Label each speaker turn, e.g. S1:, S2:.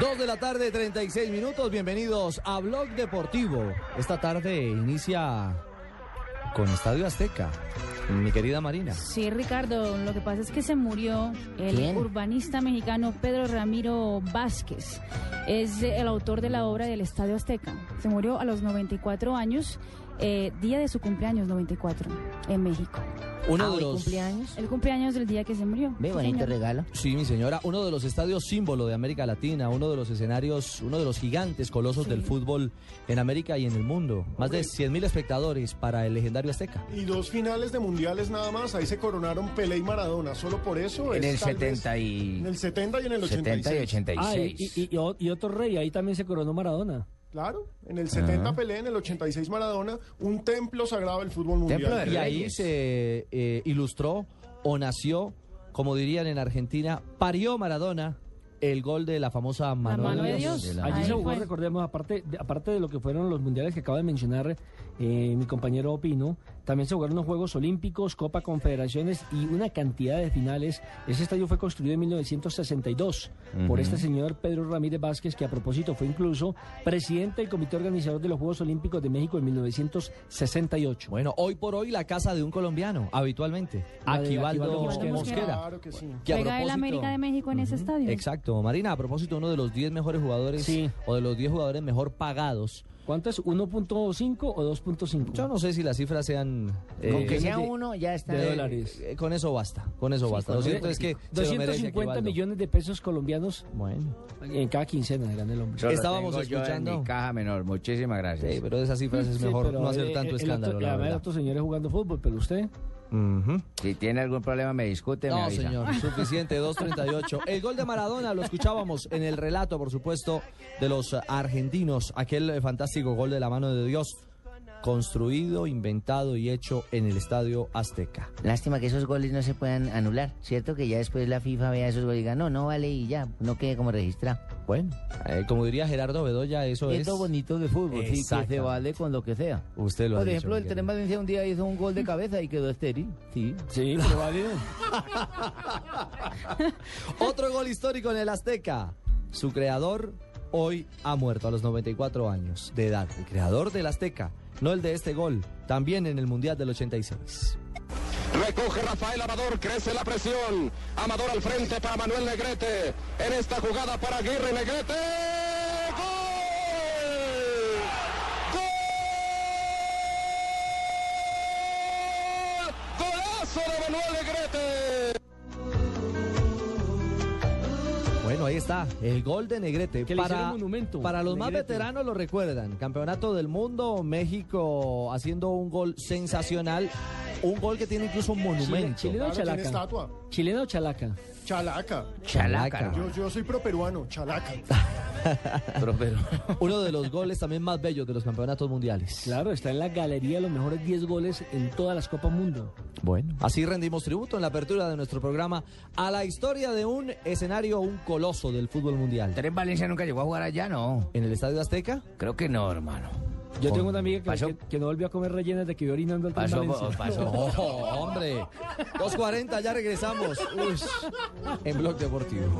S1: Dos de la tarde, 36 minutos. Bienvenidos a Blog Deportivo. Esta tarde inicia con Estadio Azteca. Mi querida Marina.
S2: Sí, Ricardo, lo que pasa es que se murió el
S1: ¿Quién?
S2: urbanista mexicano Pedro Ramiro Vázquez. Es eh, el autor de la obra del Estadio Azteca. Se murió a los 94 años, eh, día de su cumpleaños 94 en México.
S1: Uno
S3: Ah,
S1: de
S3: ¿hoy
S1: los.
S3: cumpleaños.
S2: El cumpleaños del día que se murió.
S3: Ve,
S2: Sí,
S3: bonito
S2: señor.
S3: regalo.
S1: Sí, mi señora, uno de los estadios símbolo de América Latina, uno de los escenarios, uno de los gigantes colosos del fútbol en América y en el mundo. Más de 100.000 espectadores para el legendario Azteca.
S4: Y dos finales de mundiales nada más, ahí se coronaron Pelé y Maradona, solo por eso.
S5: En
S4: es
S5: el
S4: tal vez-
S5: 70 y...
S4: En el 70 y en el 86.
S5: 70 y 86.
S6: Ah, y, y- y o- y otro rey, ahí también se coronó Maradona.
S4: Claro, en el 70
S5: Ah.
S4: Pelé, en el 86 Maradona, un templo sagrado del fútbol mundial.
S5: Templo de
S1: Y ahí
S5: Reyes.
S1: se eh, ilustró o nació, como dirían en Argentina, parió Maradona el gol de la famosa mano,
S2: mano de
S1: de
S2: Dios.
S1: la-
S6: Allí
S2: Ahí
S6: se jugó,
S2: fue.
S6: recordemos, aparte de, aparte de lo que fueron los mundiales que acaba de mencionar eh, mi compañero Opino, también se jugaron los Juegos Olímpicos, Copa Confederaciones y una cantidad de finales. Ese estadio fue construido en 1962 por este señor Pedro Ramírez Vázquez, que a propósito fue incluso presidente del comité organizador de los Juegos Olímpicos de México en 1968.
S1: Bueno, hoy por hoy la casa de un colombiano, habitualmente,
S6: La de
S1: Aquivaldo
S6: Aquivaldo
S1: Mosquera.
S2: Mosquera.
S4: Claro que sí.
S1: que a
S2: Juega el
S1: propósito-
S2: América de México en ese estadio.
S1: Exacto, Marina, a propósito, uno de los 10 mejores jugadores
S6: Sí.
S1: o de los 10 jugadores mejor pagados.
S6: ¿Cuánto es? ¿1.5 o 2.5?
S1: Yo no sé si las cifras sean... eh,
S6: Con
S3: Aunque
S6: que
S3: sea
S6: de-
S3: uno, ya está.
S6: de
S1: eh,
S6: dólares.
S1: eh, con eso basta, con eso basta. Lo cierto es que... se lo merece
S6: 250
S1: Aquivaldo.
S6: millones de pesos colombianos
S1: Bueno,
S6: en cada quincena gana el hombre.
S5: Yo lo
S1: estábamos
S5: tengo yo en
S1: escuchando-
S5: mi caja menor, muchísimas gracias.
S3: pues.
S1: sí, pero de esas cifras es
S6: Sí,
S1: mejor
S6: pero,
S1: no hacer
S6: eh,
S1: tanto
S6: el
S1: escándalo,
S6: Otro,
S1: la
S6: además,
S1: verdad.
S6: otros señores jugando fútbol, pero usted.
S1: Ujú.
S5: Si tiene algún problema me discute, me
S1: No,
S5: avisa.
S1: señor, suficiente, 2.38. El gol de Maradona lo escuchábamos en el relato, por supuesto, de los eh, argentinos. Aquel eh, fantástico gol de la mano de Dios, construido, inventado y hecho en el Estadio Azteca.
S3: Lástima que esos goles no se puedan anular, ¿cierto? Que ya después la FIFA vea esos goles y diga, no, no vale y ya, no quede como registrado.
S1: Bueno, eh, como diría Gerardo Bedoya, eso es...
S3: bonito de fútbol,
S1: sí, que se Exactamente. vale
S3: con lo que sea.
S1: Usted lo ha dicho, mi querido.
S3: Valencia un día hizo un gol de cabeza y quedó estéril, sí.
S6: Sí, pero vale.
S1: Otro gol histórico en el Azteca. Su creador hoy ha muerto a los 94 años de edad. El creador del Azteca, no el de este gol, también en el Mundial del 86.
S7: Recoge Rafael Amador, crece la presión. Amador al frente para Manuel Negrete. En esta jugada para Aguirre Negrete. ¡Gol! ¡Gol! ¡Golazo de Manuel Negrete!
S1: Bueno, ahí está, el gol de Negrete.
S6: Que le hicieron monumento,
S1: para los más
S6: Negrete.
S1: veteranos lo recuerdan. Campeonato del Mundo, México haciendo un gol sensacional. Un gol que tiene incluso un
S6: Chile-
S1: monumento.
S6: Chilena o
S4: Claro, tiene
S6: Chalaca.
S4: estatua.
S6: Chilena o Chalaca.
S4: Chalaca.
S1: Chalaca.
S4: Yo, yo soy properuano, Chalaca.
S1: Uno de los goles también más bellos de los campeonatos mundiales.
S6: Claro, está en la galería los mejores 10 goles en todas las Copas Mundo.
S1: Bueno. Así rendimos tributo en la apertura de nuestro programa a la historia de un escenario, un coloso del fútbol mundial.
S5: Tres Valencia nunca llegó a jugar allá, no.
S1: En el Estadio Azteca,
S5: Creo que no, hermano.
S6: Yo tengo una amiga que,
S5: pasó-
S6: que- que no volvió a comer rellenas de que vio orinando al Tren
S5: Pasó,
S6: Valencia.
S5: pasó.
S1: Oh, hombre. 2.40, ya regresamos. Uy, en Blog Deportivo.